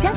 江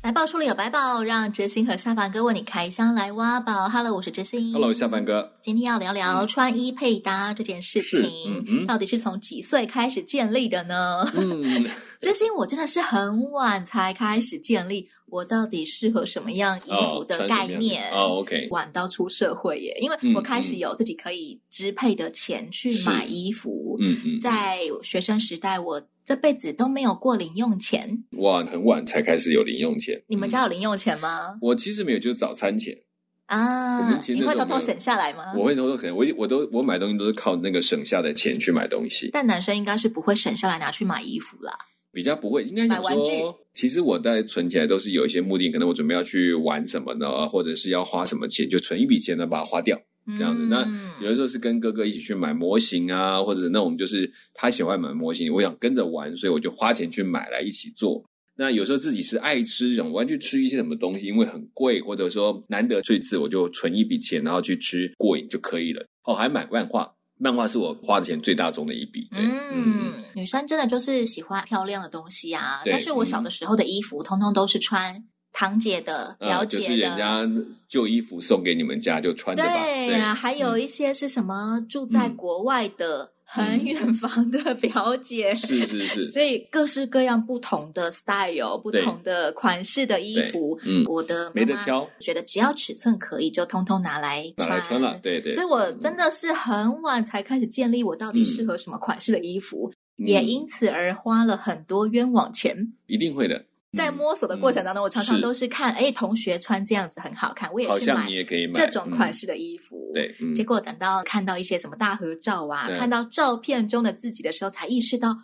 百宝书里有百宝，让知心和下凡哥为你开箱来挖宝。Hello，我是知心。 Hello，下凡哥。嗯今天要聊聊穿衣配搭这件事是情，嗯嗯到底是从几岁开始建立的呢？嗯，知心，我真的是很晚才开始建立我到底适合什么样衣服哦，的穿什概么样念。哦，OK，晚到出社会耶，因为嗯我开始嗯有自己可以支配的钱去是买衣服。嗯嗯，在学生时代，我这辈子都没有过零用钱。哇，很晚才开始有零用钱。你们嗯家有零用钱吗？我其实没有，就是早餐钱，我啊们，其实你那会时偷候偷没有省下来吗？我会偷偷省，我我都我买东西都是靠那个省下的钱去买东西，但男生应该是不会省下来拿去买衣服啦。比较不会。应该想买玩具说，其实我在存起来都是有一些目的，可能我准备要去玩什么呢，或者是要花什么钱，就存一笔钱呢把它花掉。这这样子那嗯有的时候是跟哥哥一起去买模型啊，或者那我们就是他喜欢买模型，我想跟着玩，所以我就花钱去买来一起做。那有时候自己是爱吃，想玩去吃一些什么东西，因为很贵，或者说难得这次，我就存一笔钱，然后去吃过瘾就可以了。哦，还买漫画，漫画是我花的钱最大宗的一笔。对嗯，女生真的就是喜欢漂亮的东西啊。对嗯但是我小的时候的衣服，通通都是穿堂姐的、表啊，就姐是人的。家旧衣服送给你们家就穿着吧。对啊呀、还有嗯一些是什么住在嗯国外的、很远房的表姐，是是是， 所以各式各样不同的 style、不同的款式的衣服，嗯，我的没得妈妈挑，觉得只要尺寸可以，就通通拿来拿来穿了，对对。所以我真的是很晚才开始建立我到底适合什么款式的衣服，也嗯因此而花了很多冤枉钱。一定会的，在嗯摸索的过程当中，我常常是都是看，哎，同学穿这样子很好看，我好也是像买你也可以买这种款、嗯式的衣服。。对，嗯结果等到看到一些什么大合照啊，对看到照片中的自己的时候，才意识到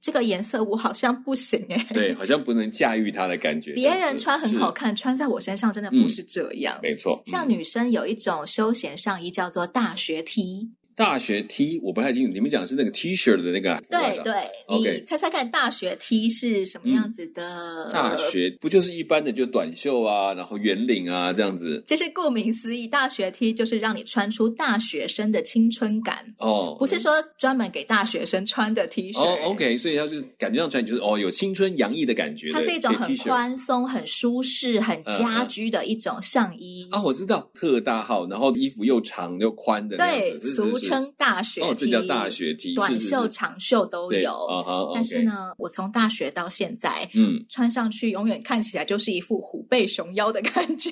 这个颜色我好像不行哎、对，好像不能驾驭它的感觉。别这样人子穿很好，看，穿在我身上真的不嗯是这样是。没错。像嗯女生有一种休闲上衣叫做大学 T，大学 T，我不太清楚，你们讲的是那个 T 恤的那个图案对吧。对， OK 嗯你猜猜看，大学 T 是什么样子的？大学呃不就是一般的就短袖啊，然后圆领啊这样子就是顾名思义，大学 T 就是让你穿出大学生的青春感，哦，不是说专门给大学生穿的 T 恤。哦，OK，所以它就是感觉上穿就是哦有青春洋溢的感觉的，它是一种很 T 恤宽松、很舒适、很嗯家居的一种上衣，啊，我知道特大号，然后衣服又长又宽的那对样，子，俗是是是称大学 T，、哦，这叫大学 T，短是是袖、是长袖都对有。啊哈，但是，呢，我从大学到现在，嗯，穿上去永远看起来就是一副虎背熊腰的感觉。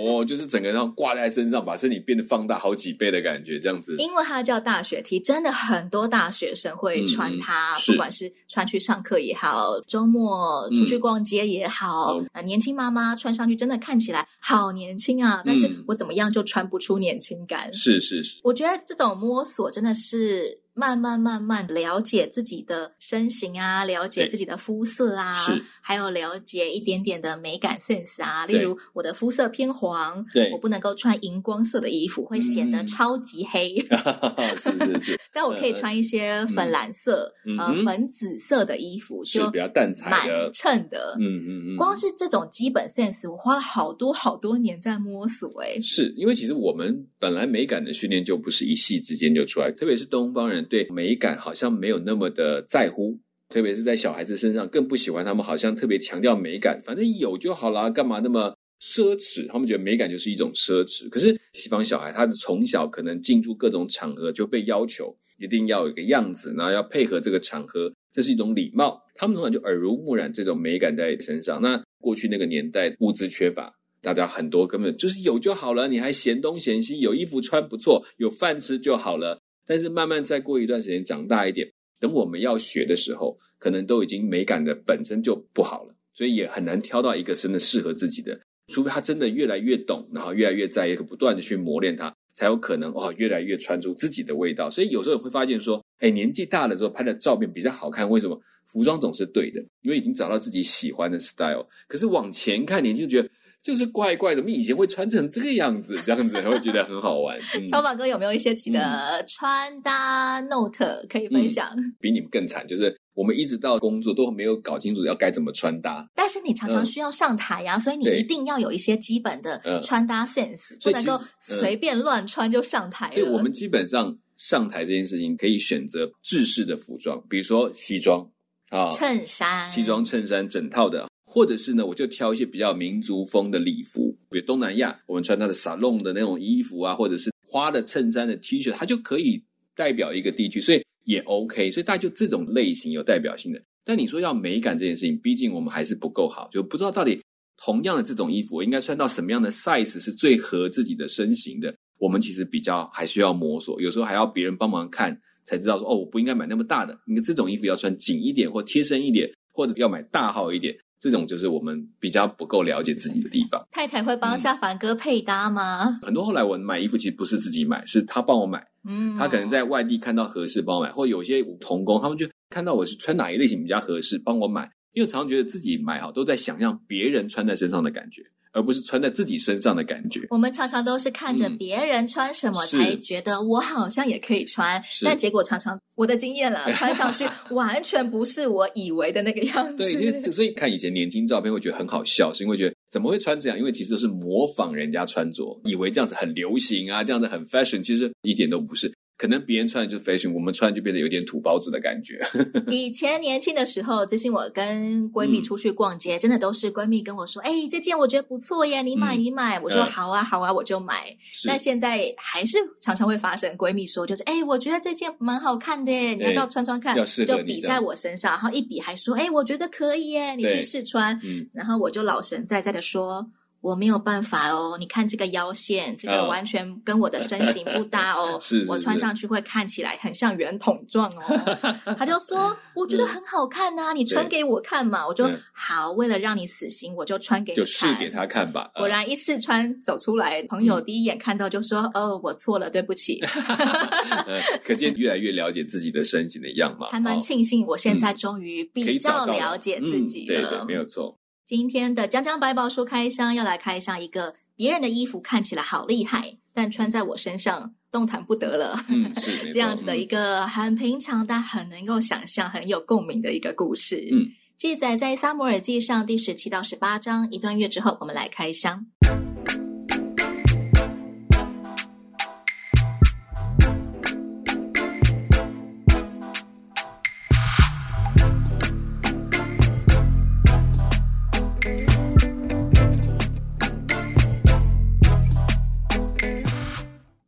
哦，就是整个让挂在身上，把身体变得放大好几倍的感觉，这样子。 因为它叫大学 T，真的很多大学生会穿它，嗯是不管是穿去上课也好，周末出去逛街也好，嗯啊，年轻妈妈穿上去真的看起来好年轻啊，但是我怎么样就穿不出年轻感。是是是，我觉得这种摸索真的是慢慢慢慢了解自己的身形啊，了解对自己的肤色啊是，还有了解一点点的美感 sense 啊。例对如我的肤色偏黄，对我不能够穿荧光色的衣服，会显得嗯超级黑。 是是是， 但我可以嗯嗯穿一些粉蓝色、嗯 呃哼粉紫色的衣服，是就比较淡彩蛮的。衬的。嗯嗯嗯，光是这种基本 sense，我花了好多好多年在摸索、欸。是因为其实我们本来美感的训练就不是一夕之间就出来，特别是东方人对美感好像没有那么的在乎。特别是在小孩子身上，更不喜欢他们好像特别强调美感，反正有就好啦，干嘛那么奢侈？他们觉得美感就是一种奢侈。可是西方小孩，他的从小可能进入各种场合就被要求一定要有一个样子，然后要配合这个场合，这是一种礼貌。他们从小就耳濡目染这种美感在身上。那过去那个年代物资缺乏，大家很多根本就是有就好了，你还嫌东嫌西，有衣服穿不错，有饭吃就好了。但是慢慢再过一段时间，长大一点，等我们要学的时候，可能都已经美感的本身就不好了，所以也很难挑到一个真的适合自己的。除非他真的越来越懂，然后越来越在意，不断的去磨练它，才有可能哦，越来越穿出自己的味道。所以有时候你会发现说，哎，年纪大了之后拍的照片比较好看，为什么？服装总是对的，因为已经找到自己喜欢的 style。可是往前看，年轻就觉得就是怪怪，怎么以前会穿成这个样子？这样子会觉得很好玩。嗯、超马哥有没有一些自己的穿搭 note 可以嗯分享？比你们更惨，就是我们一直到工作都没有搞清楚要该怎么穿搭，但是你常常需要上台呀、所以你嗯对一定要有一些基本的嗯穿搭 sense，、不所以能其实嗯够随便乱穿就上台了。对，我们基本上上台这件事情可以选择制式的服装，比如说西装啊，衬衫、西装、衬衫整套的，或者是呢，我就挑一些比较民族风的礼服，比如东南亚我们穿它的沙龙的那种衣服啊，或者是花的衬衫的 T 恤，它就可以代表一个地区，所以也 OK。所以大家就这种类型有代表性的。但你说要美感这件事情，毕竟我们还是不够好，就不知道到底同样的这种衣服，我应该穿到什么样的 size 是最合自己的身形的。我们其实比较还需要摸索，有时候还要别人帮忙看，才知道说哦，我不应该买那么大的，你这种衣服要穿紧一点或贴身一点，或者要买大号一点。这种就是我们比较不够了解自己的地方。太太会嗯帮下凡哥配搭吗？很多后来我买衣服其实不是自己买，是他帮我买，嗯，他可能在外地看到合适帮我买，或有些童工他们就看到我是穿哪一类型比较合适帮我买，因为我常常觉得自己买哈都在想象别人穿在身上的感觉，而不是穿在自己身上的感觉。我们常常都是看着嗯别人穿什么，是才觉得我好像也可以穿，是但结果常常我的经验啦，穿上 去完全不是我以为的那个样子。对，其实所以看以前年轻照片会觉得很好笑，是因为觉得怎么会穿这样？因为其实是模仿人家穿着，以为这样子很流行啊，这样子很 fashion，其实一点都不是。可能别人穿的就是 fashion，我们穿就变得有点土包子的感觉。 以前年轻的时候，最近我跟闺嗯蜜出去逛街，真的都是闺蜜跟我说：“哎、这件我觉得不错耶，你买嗯你买。我说：“嗯好啊，好啊，我就买。”是但现在还是常常会发生闺蜜说，就是哎、我觉得这件蛮好看的耶，你要不要穿穿看要？适合就你比这在样我身上，然后一比还说，哎、我觉得可以耶，你去对试穿。嗯，然后我就老神在在的说。我没有办法哦，你看这个腰线，这个嗯。完全跟我的身形不搭哦 是是我穿上去会看起来很像圆筒状哦。 他就说，我觉得很好看呐、你穿给我看嘛。我就嗯好，为了让你死心，我就穿给你就看。试给他嗯看吧。果呃然一试穿走出来，朋友第一眼看到就说：“哦，我错了，对不 起。呃可见越来越了解自己的身形的样”貌，还蛮哦庆幸我现在终于可比以较找到了解自己嗯了。对对，没有错。今天的江江百宝书开箱要来开箱一个别人的衣服看起来好厉害，但穿在我身上动弹不得了。嗯，是没 错这样子的一嗯个很平常但很能够想象、很有共鸣的一个故事。嗯，记载在《撒母耳记》上第十七到十八章。一段月之后，我们来开箱。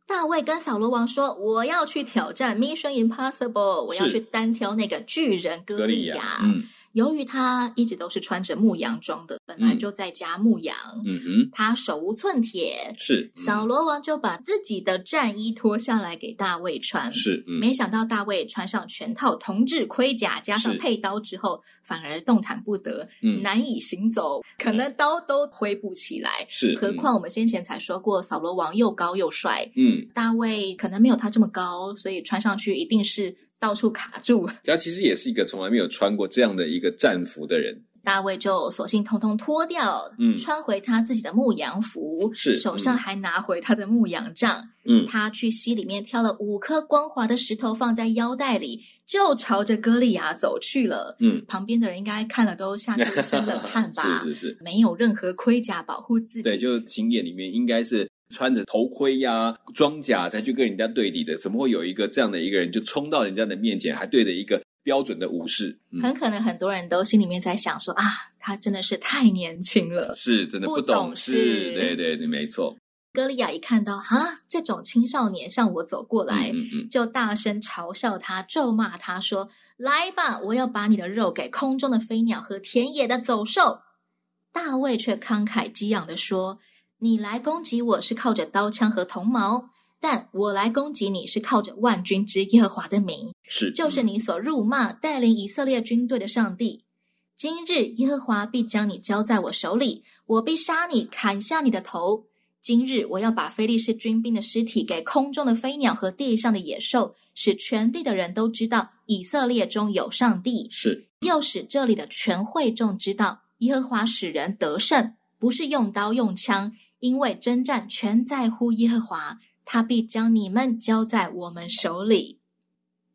大卫跟扫罗王说：“我要去挑战 Mission Impossible，我要是去单挑那个巨人格歌里利亚亚。”，嗯由于他一直都是穿着牧羊装的，本来就在家牧羊，嗯哼，他手无寸铁。是嗯扫罗王就把自己的战衣脱下来给大卫穿，是嗯没想到大卫穿上全套铜制盔甲，加上佩刀之后，反而动弹不得，嗯难以行走，可能刀都挥不起来。是，何况我们先前才说过，扫罗王又高又帅，嗯嗯，大卫可能没有他这么高，所以穿上去一定是到处卡住。他其实也是一个从来没有穿过这样的一个战服的人。大卫就索性通通脱掉，嗯穿回他自己的牧羊服，是手上嗯还拿回他的牧羊杖。嗯，他去溪里面挑了五颗光滑的石头放在腰带里，就朝着歌利亚走去了。嗯，旁边的人应该看了都吓出一身冷 汗吧？是是是，没有任何盔甲保护自己，对，就情眼里面应该是穿着头盔呀、装甲才去跟人家对敌的，怎么会有一个这样的一个人就冲到人家的面前，还对着一个标准的武士？嗯，很可能很多人都心里面在想说啊，他真的是太年轻了。是真的不懂懂事对对对，没错。歌利亚一看到啊，这种青少年向我走过来，嗯嗯嗯，就大声嘲笑他、咒骂他说：“来吧，我要把你的肉给空中的飞鸟和田野的走兽。”大卫却慷慨激昂地说：“你来攻击我是靠着刀枪和铜矛，但我来攻击你是靠着万军之耶和华的名，是嗯就是你所辱骂带领以色列军队的上帝。今日耶和华必将你交在我手里，我必杀你，砍下你的头。今日我要把非利士军兵的尸体给空中的飞鸟和地上的野兽，使全地的人都知道以色列中有上帝，是又使这里的全会众知道耶和华使人得胜，不是用刀用枪，因为征战全在乎耶和华，他必将你们交在我们手里。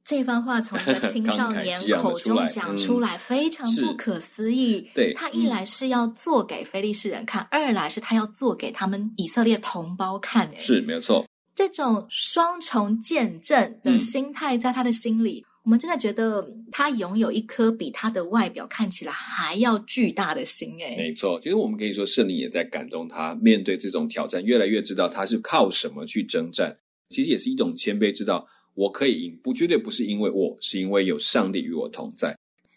这番话从一个青 少慷慨年激昂地口出来中嗯讲出来，非常是不可思议。对他一嗯来是要做给非利士人看，二来是他要做给他们以色列同胞看。哎，是没有错，这种双重见证的嗯心态在他的心里，我们真的觉得他拥有一颗比他的外表看起来还要巨大的心诶。没错。其实我们可以说，圣灵也在感动他，面对这种挑战，越来越知道他是靠什么去征战。其实也是一种谦卑，知道我可以赢，不绝对不是因为我，是因为有上帝与我同在。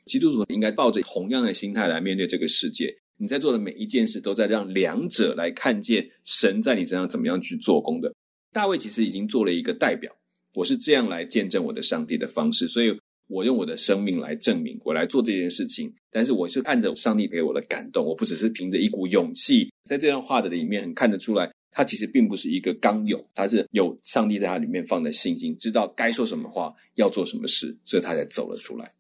基督徒应该抱着同样的心态来面对这个世界。你在做的每一件事，都在让两者来看见神在你身上怎么样去做工的。大卫其实已经做了一个代表，我是这样来见证我的上帝的方式，所以我用我的生命来证明我来做这件事情。但是我是按着上帝给我的感动，我不只是凭着一股勇气，在这段话的里面很看得出来，他其实并不是一个刚勇，他是有上帝在他里面放的信心，知道该说什么话，要做什么事，所以他才走了出来。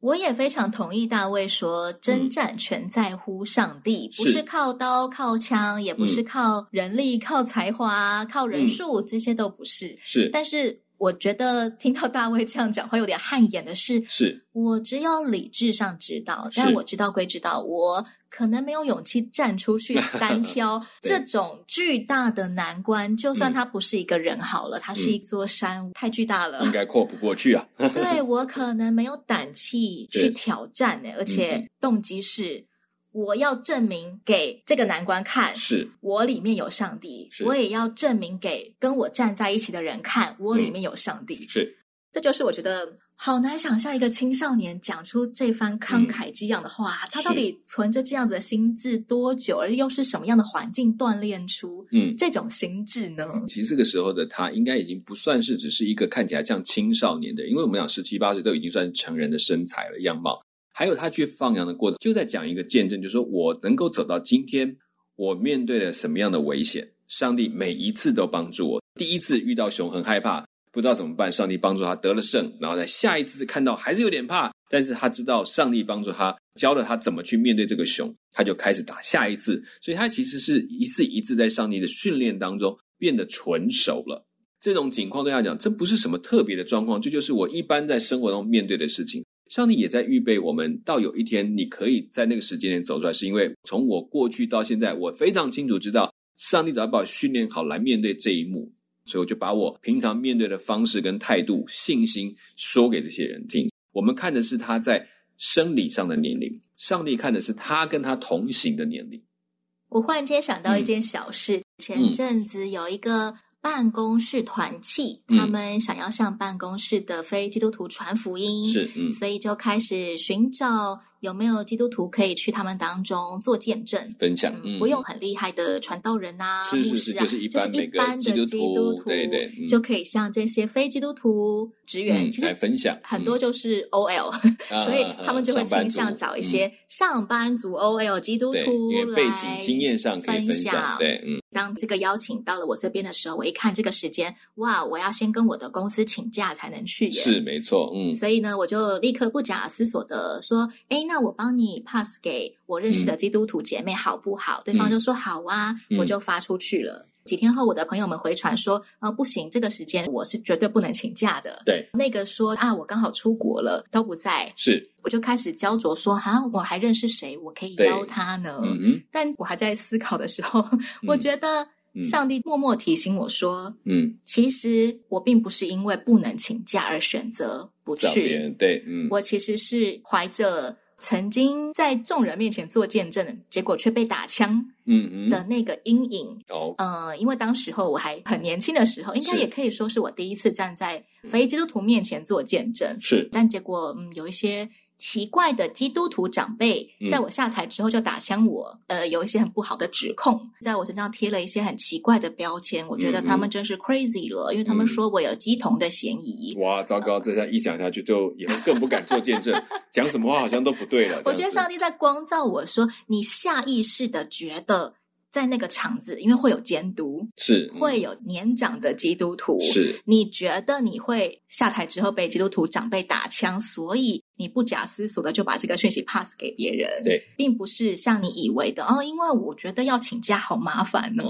我也非常同意大卫说，征战全在乎上帝，嗯是嗯不是靠刀、靠枪，也不是靠人力、靠才华、靠人数，这些都不是。是但是我觉得听到大卫这样讲，会有点汗颜的是，是，我只有理智上知道，是但我知道归知道，我可能没有勇气站出 去单挑对嗯这种巨大的难关。就算它不是一个人好了，它是一座山，太巨大了应。 该跨不过去啊。对我可能没有胆气对去挑战呢、而嗯且动机是我要证明给这个难关看，是我里面有上帝是，我也要证明给跟我站在一起的人看，我嗯里面有上帝。是，这就是我觉得好难想象一个青少年讲出这番慷慨激昂的话，他到底存着这样子的心智多久，而又是什么样的环境锻炼出嗯，这种心智呢？其实这个时候的他，应该已经不算是只是一个看起来像青少年的，因为我们讲十七八岁都已经算是成人的身材了样貌。还有他去放羊的过程，就在讲一个见证，就是说我能够走到今天，我面对了什么样的危险，上帝每一次都帮助我。第一次遇到熊很害怕，不知道怎么办，上帝帮助他得了胜，然后在下一次看到还是有点怕，但是他知道上帝帮助他，教了他怎么去面对这个熊，他就开始打下一次，所以他其实是一次一次在上帝的训练当中变得纯熟了。这种情况对他讲，这不是什么特别的状况，这就是我一般在生活中面对的事情。上帝也在预备我们，到有一天你可以在那个时间点走出来，是因为从我过去到现在，我非常清楚知道，上帝早把我训练好来面对这一幕，所以我就把我平常面对的方式跟态度、信心说给这些人听。我们看的是他在生理上的年龄，上帝看的是他跟他同行的年龄。 我忽然间想到一件小事，前阵子有一个办公室团契，嗯他们想要向办公室的非基督徒传福音，是，嗯，所以就开始寻找有没有基督徒可以去他们当中做见证。分享，嗯，嗯，不用很厉害的传道人啊、是是是牧师啊，就是一般每个般的基督徒督对对嗯就可以向这些非基督徒职员，嗯，其来实分享很多嗯就是 OL，、啊所以啊啊他们就会上班倾向族找一嗯些上班族 OL 基督对，徒因为来背景经验上可以分分享对，嗯，当这个邀请到了我这边的时候，我一看这个时间，哇，我要先跟我的公司请假才能去耶。是没错，嗯，所以呢，我就立刻不假思索的说：“哎，那我帮你 pass 给我认识的基督徒姐妹好不好？”对方就说：“好啊。嗯我就发出去了。几天后，我的朋友们回传说：“啊、不行，这个时间我是绝对不能请假的。”对，那个说：“啊，我刚好出国了，都不在。是，”我就开始焦灼说：“啊，我还认识谁？我可以对邀他呢？”嗯哼，但我还在思考的时候， 我觉得嗯上帝默默提醒我说：“嗯，其实我并不是因为不能请假而选择不找别去，人，对，嗯，我其实是怀着曾经在众人面前做见证，结果却被打枪嗯的嗯，那个阴影。哦，呃，因为当时候我还很年轻的时候，应该是也可以说是我第一次站在非基督徒面前做见证，是，但结果嗯有一些。奇怪的基督徒长辈嗯，在我下台之后就打枪我，呃，有一些很不好的指控，在我身上贴了一些很奇怪的标签。我觉得嗯嗯嗯他们真是 crazy 了，因为他们说我有鸡同的嫌疑。哇，糟糕，这下一讲下去，就以后更不敢做见证， 讲什么话好像都不对了。我觉得这样上帝在光照我说，你下意识的觉得在那个场子，因为会有监督，是嗯会有年长的基督徒，是 你觉得你会下台之后被基督徒长辈打枪，所以你不假思索的就把这个讯息 pass 给别人，对，并不是像你以为的哦，因为我觉得要请假好麻烦哦。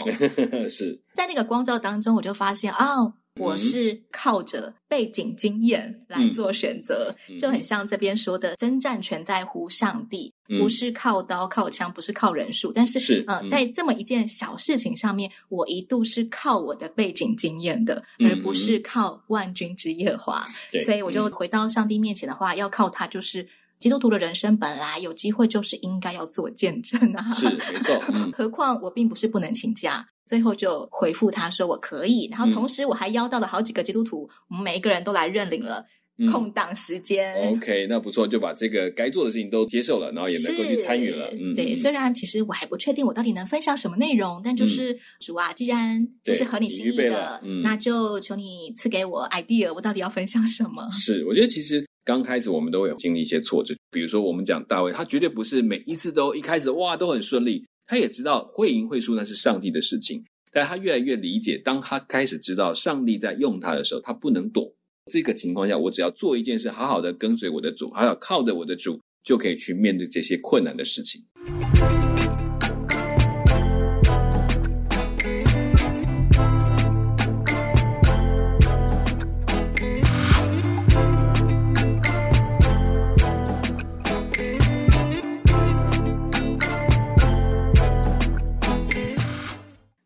是在那个光照当中，我就发现哦。嗯我是靠着背景经验来做选择，嗯嗯就很像这边说的，征战全在乎上帝，嗯不是靠刀靠枪，不是靠人数，但是是呃嗯，在这么一件小事情上面，我一度是靠我的背景经验的，嗯而不是靠万军之耶和华。对所以我就嗯回到上帝面前的话，要靠他，就是基督徒的人生本来有机会就是应该要做见证啊，是没错， 嗯，何况我并不是不能请假。最后就回复他说我可以，嗯然后同时我还邀到了好几个基督徒，我们每一个人都来认领了嗯空档时间。 OK，那不错，就把这个该做的事情都接受了，然后也能够去参与了。是嗯，对，嗯虽然其实我还不确定我到底能分享什么内容，但就是、主啊，既然这对是合你心你意预备的了，嗯那就求你赐给我 idea，我到底要分享什么？是，我觉得其实刚开始我们都会有经历一些挫折，比如说我们讲大卫，他绝对不是每一次都一开始哇都很顺利，他也知道会赢会输那是上帝的事情，但他越来越理解，当他开始知道上帝在用他的时候，他不能躲。这个情况下，我只要做一件事，好好的跟随我的主，好好靠着我的主，就可以去面对这些困难的事情。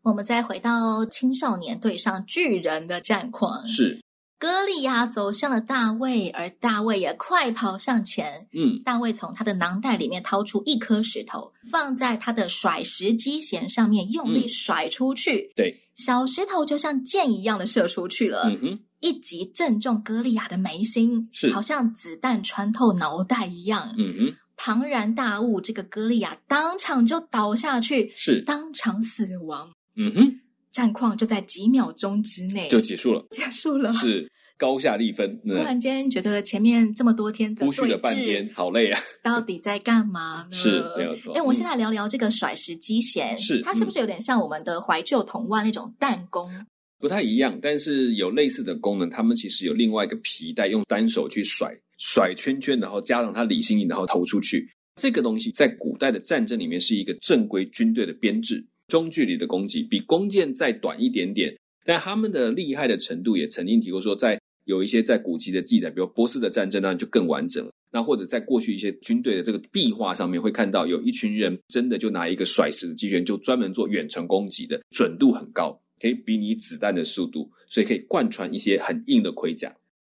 我们再回到青少年对上巨人的战况，是，歌利亚走向了大卫，而大卫也快跑上前，嗯，大卫从他的囊袋里面掏出一颗石头，放在他的甩石机弦上面，用力嗯甩出去。对，小石头就像箭一样的射出去了，嗯哼，一击正中歌利亚的眉心，是好像子弹穿透脑袋一样。嗯哼，庞然大物，这个歌利亚当场就倒下去，是，当场死亡。嗯哼，战况就在几秒钟之内就结束了， 结束了。是高下立分。突嗯。然间觉得前面这么多天的忽对视了半峙天，，好累啊！到底在干嘛呢？是没有错哎，我们嗯先来聊聊这个甩石机弦，是嗯它是不是有点像我们的怀旧童话那种弹弓？不太一样，但是有类似的功能。他们其实有另外一个皮带，用单手去甩甩圈圈，然后加上它离心力，然后投出去。这个东西在古代的战争里面是一个正规军队的编制，中距离的攻击比弓箭再短一点点，但他们的厉害的程度也曾经提过说，在有一些在古籍的记载，比如波斯的战争，当然就更完整了。那或者在过去一些军队的这个壁画上面，会看到有一群人真的就拿一个甩石的机旋，就专门做远程攻击的，准度很高，可以比你子弹的速度，所以可以贯穿一些很硬的盔甲。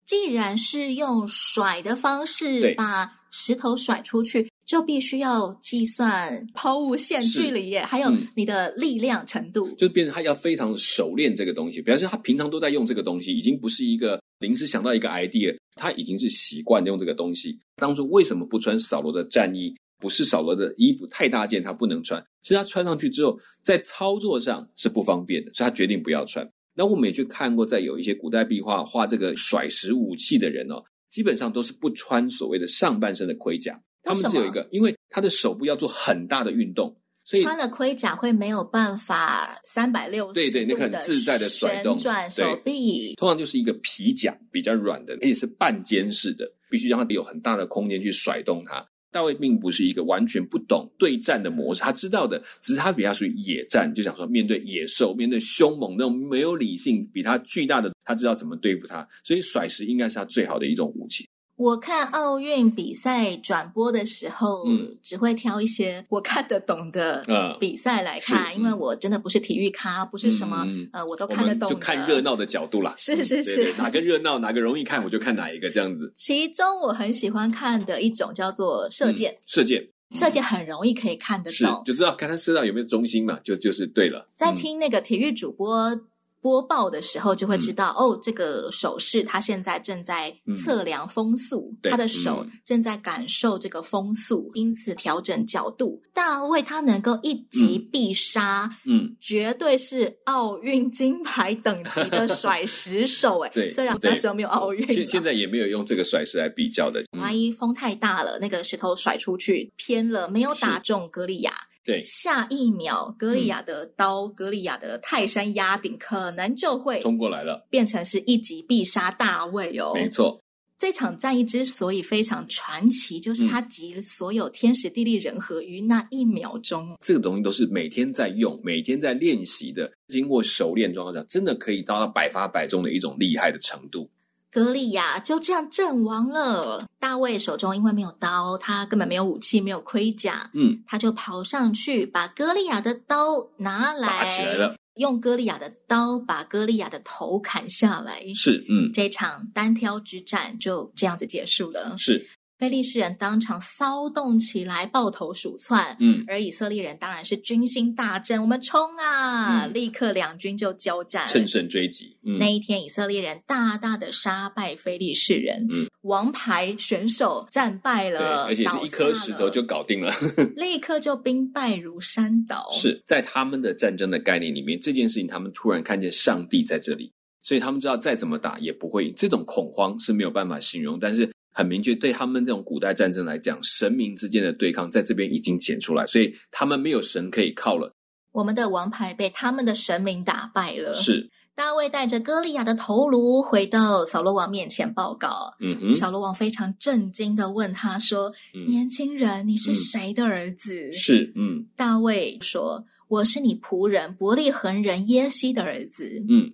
既然是用甩的方式对把石头甩出去，就必须要计算抛物线是距离耶，还有嗯你的力量程度。就变成他要非常熟练这个东西，表示他平常都在用这个东西，已经不是一个临时想到一个 idea，他已经是习惯用这个东西。当初为什么不穿扫罗的战衣？不是扫罗的衣服太大件，他不能穿，是他穿上去之后，在操作上是不方便的，所以他决定不要穿。那我们也去看过，在有一些古代壁画画这个甩石武器的人哦，基本上都是不穿所谓的上半身的盔甲，他们只有一个，因为他的手部要做很大的运动，所以穿了盔甲会没有办法三百六对十对度那个很的自在地甩动旋转对手臂，通常就是一个皮甲比较软的，而且是半肩式的，必须让它有很大的空间去甩动它。大卫并不是一个完全不懂对战的模式，他知道的，只是他比较属于野战，就想说面对野兽、面对凶猛那种没有理性、比他巨大的，他知道怎么对付他，所以甩石应该是他最好的一种武器。我看奥运比赛转播的时候，嗯只会挑一些我看得懂的嗯比赛来看，是嗯因为我真的不是体育咖，不是什么、嗯嗯呃，我都我看得们懂就的。看热。闹的角度啦，嗯是是是对对哪个热闹哪个容易看，我就看哪一个这样子。嗯其中我很喜欢看的一种叫做射箭，嗯射箭射箭很容易可以看得是懂。就知道看他射到有没有中心嘛，就就是对了。在嗯听那个体育主播播报的时候，就会嗯知道、哦，这个手势他现在正在测量风速，对他的手嗯正在感受这个风速，因此调整角度。大卫他能够一击必杀，嗯，绝对是奥运金牌等级的甩石 手、哎，对虽然那时候没有奥运现现在。在也没有用这个甩石来比较的。万嗯、一风太大了，那个石头甩出去偏了，没有打是中歌利亚，对，下一秒格利嗯亚的刀，格利亚的泰山压顶，可能就会冲过来了，变成是一击必杀大卫哦。没错，这场战役之所以非常传奇，嗯就是它集了所有天时地利人和于那一秒钟。这个东西都是每天在用、每天在练习的，经过熟练状况下，真的可以达到百发百中的一种厉害的程度。格利亚就这样阵亡了。大卫手中因为没有刀，他根本没有武器，没有盔甲，嗯，他就跑上去把格利亚的刀拿来，打起来了，用格利亚的刀把格利亚的头砍下来。是，嗯，这场单挑之战就这样子结束了。是，非利士人当场骚动起来，抱头鼠窜。嗯，而以色列人当然是军心大振，我们冲啊！嗯立刻两军就交战。乘胜追击，嗯，呃那一天，以色列人大大的杀败非利士人，嗯，王牌选手战败对，了，而且是一颗倒下石了头就搞定了。立刻就兵败如山倒。，是在他们的战争的概念里面，这件事情他们突然看见上帝在这里，所以他们知道再怎么打也不会赢。这种恐慌是没有办法形容，但是很明确，对他们这种古代战争来讲，神明之间的对抗在这边已经显出来，所以他们没有神可以靠了。我们的王牌被他们的神明打败了。，是，大卫带着歌利亚的头颅回到扫罗王面前报告。嗯哼，扫罗王非常震惊的问他说：“嗯，年轻人，你是嗯谁的儿子？”是，嗯大卫说：“我是你仆人伯利恒人耶西的儿子。嗯，”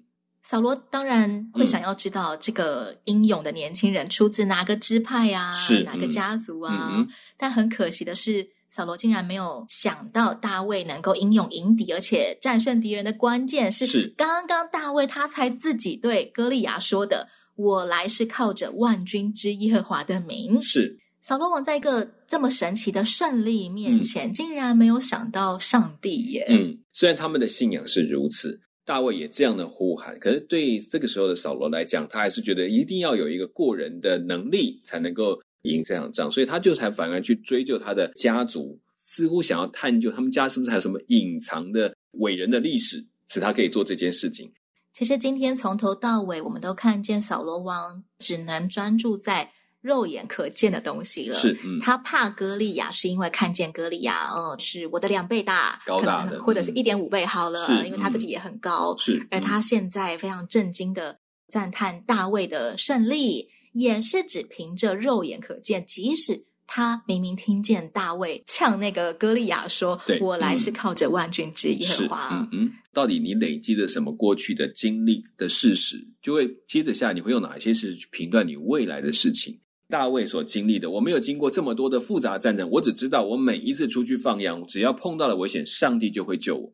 扫罗当然会想要知道这个英勇的年轻人出自哪个支派啊，是哪个家族啊。嗯嗯但很可惜的是，扫罗竟然没有想到大卫能够英勇迎敌，而且战胜敌人的关键是，是刚刚大卫他才自己对歌利亚说的：“我来是靠着万军之耶和华的名。”是，扫罗王在一个这么神奇的胜利面前，竟然没有想到上帝耶！嗯。虽然他们的信仰是如此，大卫也这样的呼喊，可是对这个时候的扫罗来讲，他还是觉得一定要有一个过人的能力才能够赢这场仗，所以他就才反而去追究他的家族，似乎想要探究他们家是不是还有什么隐藏的伟人的历史，使他可以做这件事情。其实今天从头到尾，我们都看见扫罗王只能专注在肉眼可见的东西了。是，嗯，啊他怕歌利亚，是因为看见歌利亚，哦，是我的两倍大，高大的可能呃或者是嗯一点五倍好了是，因为他自己也很高。是，而嗯哎他现在非常震惊的赞叹大卫的胜利，也是只凭着肉眼可见，即使。他明明听见大卫呛那个歌利亚说对：“我来嗯是靠着万军之耶和是，华。嗯嗯，到底你累积的什么过去的经历的事实，就会接着下来你会用哪些事去评断你未来的事情。大卫所经历的，我没有经过这么多的复杂战争，我只知道我每一次出去放羊，只要碰到了危险，上帝就会救我。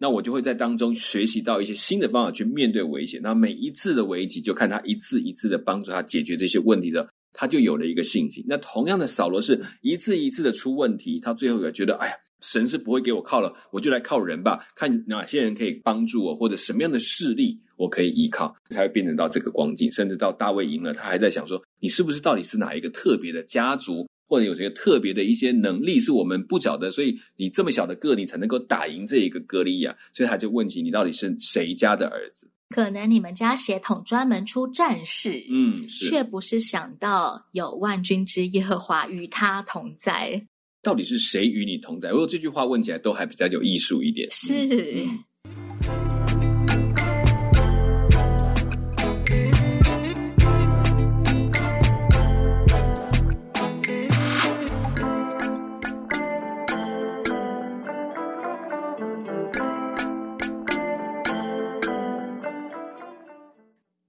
那我就会在当中学习到一些新的方法去面对危险。那每一次的危机，就看他一次一次的帮助他解决这些问题的，他就有了一个信心。那同样的，扫罗是一次一次的出问题，他最后也觉得，哎呀，神是不会给我靠了，我就来靠人吧，看哪些人可以帮助我，或者什么样的势力我可以依靠，才会变成到这个光景。甚至到大卫赢了，他还在想说，你是不是到底是哪一个特别的家族？或者有这个特别的一些能力是我们不晓得，所以你这么小的个，你才能够打赢这一个歌利亚，所以他就问起你到底是谁家的儿子？可能你们家血统专门出战士，嗯，却不是想到有万军之耶和华与他同在。到底是谁与你同在？如果这句话问起来都还比较有艺术一点，是、嗯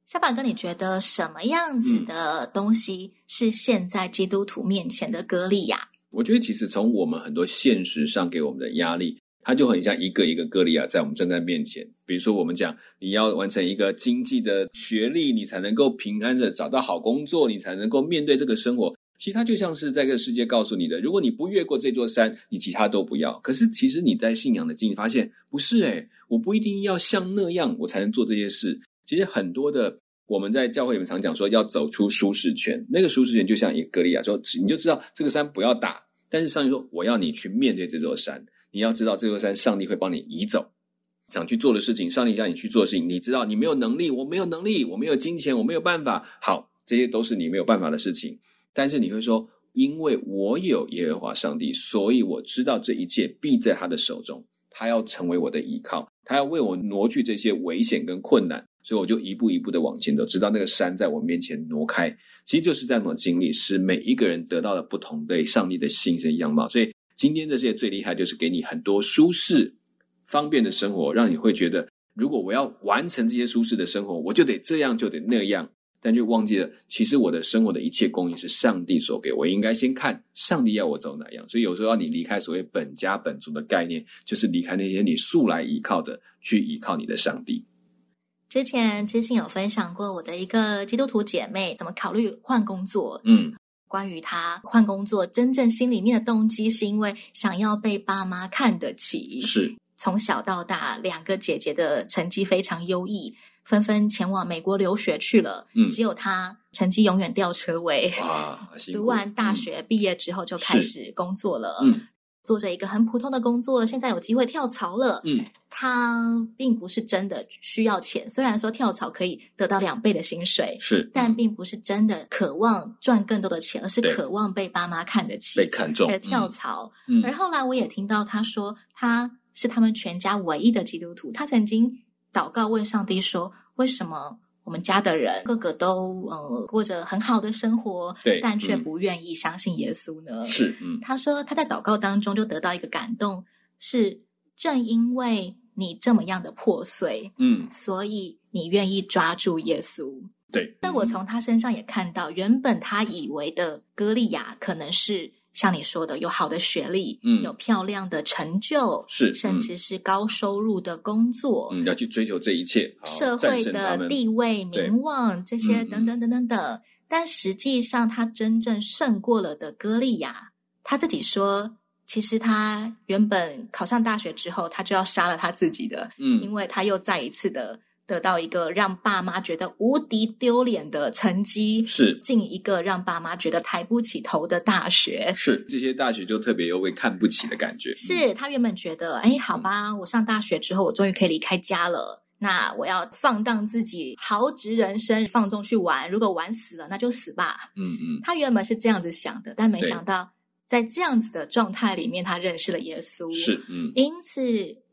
小板哥，你觉得什么样子的东西是现在基督徒面前的歌利亚？我觉得其实从我们很多现实上给我们的压力，它就很像一个一个歌利亚在我们正在面前。比如说，我们讲你要完成一个经济的学历，你才能够平安的找到好工作，你才能够面对这个生活。其实它就像是在这个世界告诉你的，如果你不越过这座山，你其他都不要。可是其实你在信仰的经历发现，不是诶、我不一定要像那样我才能做这些事。其实很多的我们在教会里面常讲说要走出舒适圈，那个舒适圈就像一个格利亚说，你就知道这个山不要打，但是上帝说我要你去面对这座山，你要知道这座山上帝会帮你移走。想去做的事情，上帝让你去做的事情，你知道你没有能力，我没有能力，我没有金钱，我没有办法，好，这些都是你没有办法的事情。但是你会说，因为我有耶和华上帝，所以我知道这一切必在他的手中。他要成为我的依靠，他要为我挪去这些危险跟困难，所以我就一步一步的往前走，直到那个山在我面前挪开。其实就是这样的经历，使每一个人得到了不同对上帝的心跟样貌。所以今天这些最厉害，就是给你很多舒适、方便的生活，让你会觉得，如果我要完成这些舒适的生活，我就得这样，就得那样。但却忘记了，其实我的生活的一切供应是上帝所给我，应该先看上帝要我走哪样。所以有时候要你离开所谓本家本族的概念，就是离开那些你素来依靠的，去依靠你的上帝。之前知信有分享过我的一个基督徒姐妹怎么考虑换工作，嗯，关于她换工作真正心里面的动机，是因为想要被爸妈看得起。是从小到大，两个姐姐的成绩非常优异，纷纷前往美国留学去了。嗯只有她成绩永远掉车尾。哇，辛苦读完大，学毕业之后就开始工作了，嗯做着一个很普通的工作，现在有机会跳槽了。嗯，她并不是真的需要钱，虽然说跳槽可以得到两倍的薪水，是但并不是真的渴望赚更多的钱，而是对渴望被爸妈看得起被，看中而跳，槽。嗯而后来我也听到他说，他是他们全家唯一的基督徒。他曾经祷告问上帝说：“为什么我们家的人个个都呃过着很好的生活，对但却嗯不愿意相信耶稣呢？”嗯是嗯他说他在祷告当中就得到一个感动，是正因为你这么样的破碎，嗯所以你愿意抓住耶稣。对。那我从他身上也看到，原本他以为的歌利亚可能是像你说的，有好的学历，嗯有漂亮的成就，是嗯甚至是高收入的工作，嗯要去追求这一切，好社呃战会胜他的们地位、对名望这些嗯嗯等等等等等。但实际上，他真正胜过了的歌利亚，他自己说，其实他原本考上大学之后，他就要杀了他自己的，因嗯为他又再一次的得到一个让爸妈觉得无敌丢脸的成绩，是进一个让爸妈觉得抬不起头的大学。是这些大学就特别有被看不起的感觉，嗯是他原本觉得，哎，好吧，我上大学之后，我终于可以离开家了。那我要放荡自己，豪掷人生，放纵去玩。如果玩死了，那就死吧。嗯嗯他原本是这样子想的，但没对想到，在这样子的状态里面，他认识了耶稣。是嗯因此，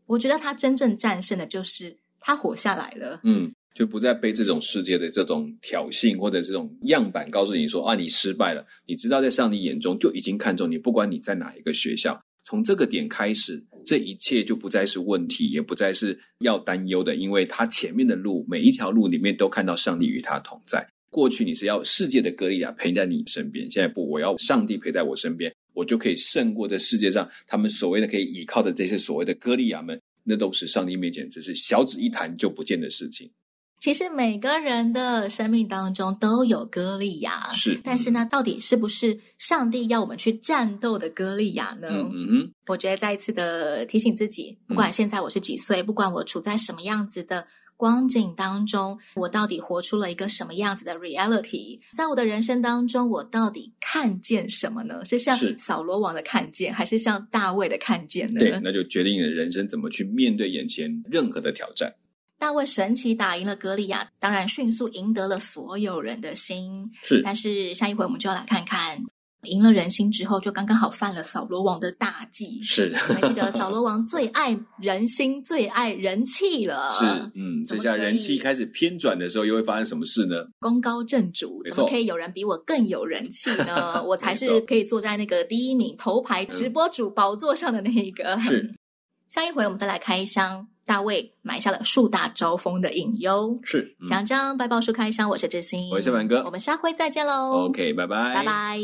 我觉得他真正战胜的就是他活下来了。嗯，就不再被这种世界的这种挑衅或者这种样板告诉你说啊，你失败了。你知道，在上帝眼中就已经看中你，不管你在哪一个学校。从这个点开始，这一切就不再是问题，也不再是要担忧的，因为他前面的路，每一条路里面都看到上帝与他同在。过去你是要世界的歌利亚陪在你身边，现在不，我要上帝陪在我身边，我就可以胜过这世界上他们所谓的可以倚靠的这些所谓的歌利亚们，那都是上帝面前只是小指一弹就不见的事情。其实每个人的生命当中都有歌利亚，是，啊嗯但是呢，到底是不是上帝要我们去战斗的歌利亚呢？嗯，嗯嗯我觉得再一次的提醒自己，不管现在我是几岁，不管我处在什么样子的。光景当中，我到底活出了一个什么样子的 reality？在我的人生当中，我到底看见什么呢？是像是扫罗王的看见，还是像大卫的看见哼，呢？对，那就决定你的人生怎么去面对眼前任何的挑战。大卫神奇打赢了歌利亚，当然迅速赢得了所有人的心。是，但是下一回我们就要来看看，赢了人心之后，就刚刚好犯了扫罗王的大忌。是，我们记得扫罗王最爱人心，最爱人气了，是，嗯，这呃怎么下可人气以开始偏转的时候，又会发生什么事呢？功高震主，没错怎么可以有人比我更有人气 呢？我才没是错可以坐在那个第一名头牌直播主宝座上的那一个。嗯是， 下一回我们再来开箱，大卫埋下了树大招风的隐忧。是，嗯讲讲百宝书开箱，我是志新，我是凡哥我们下回再见喽。 OK，拜拜，拜拜。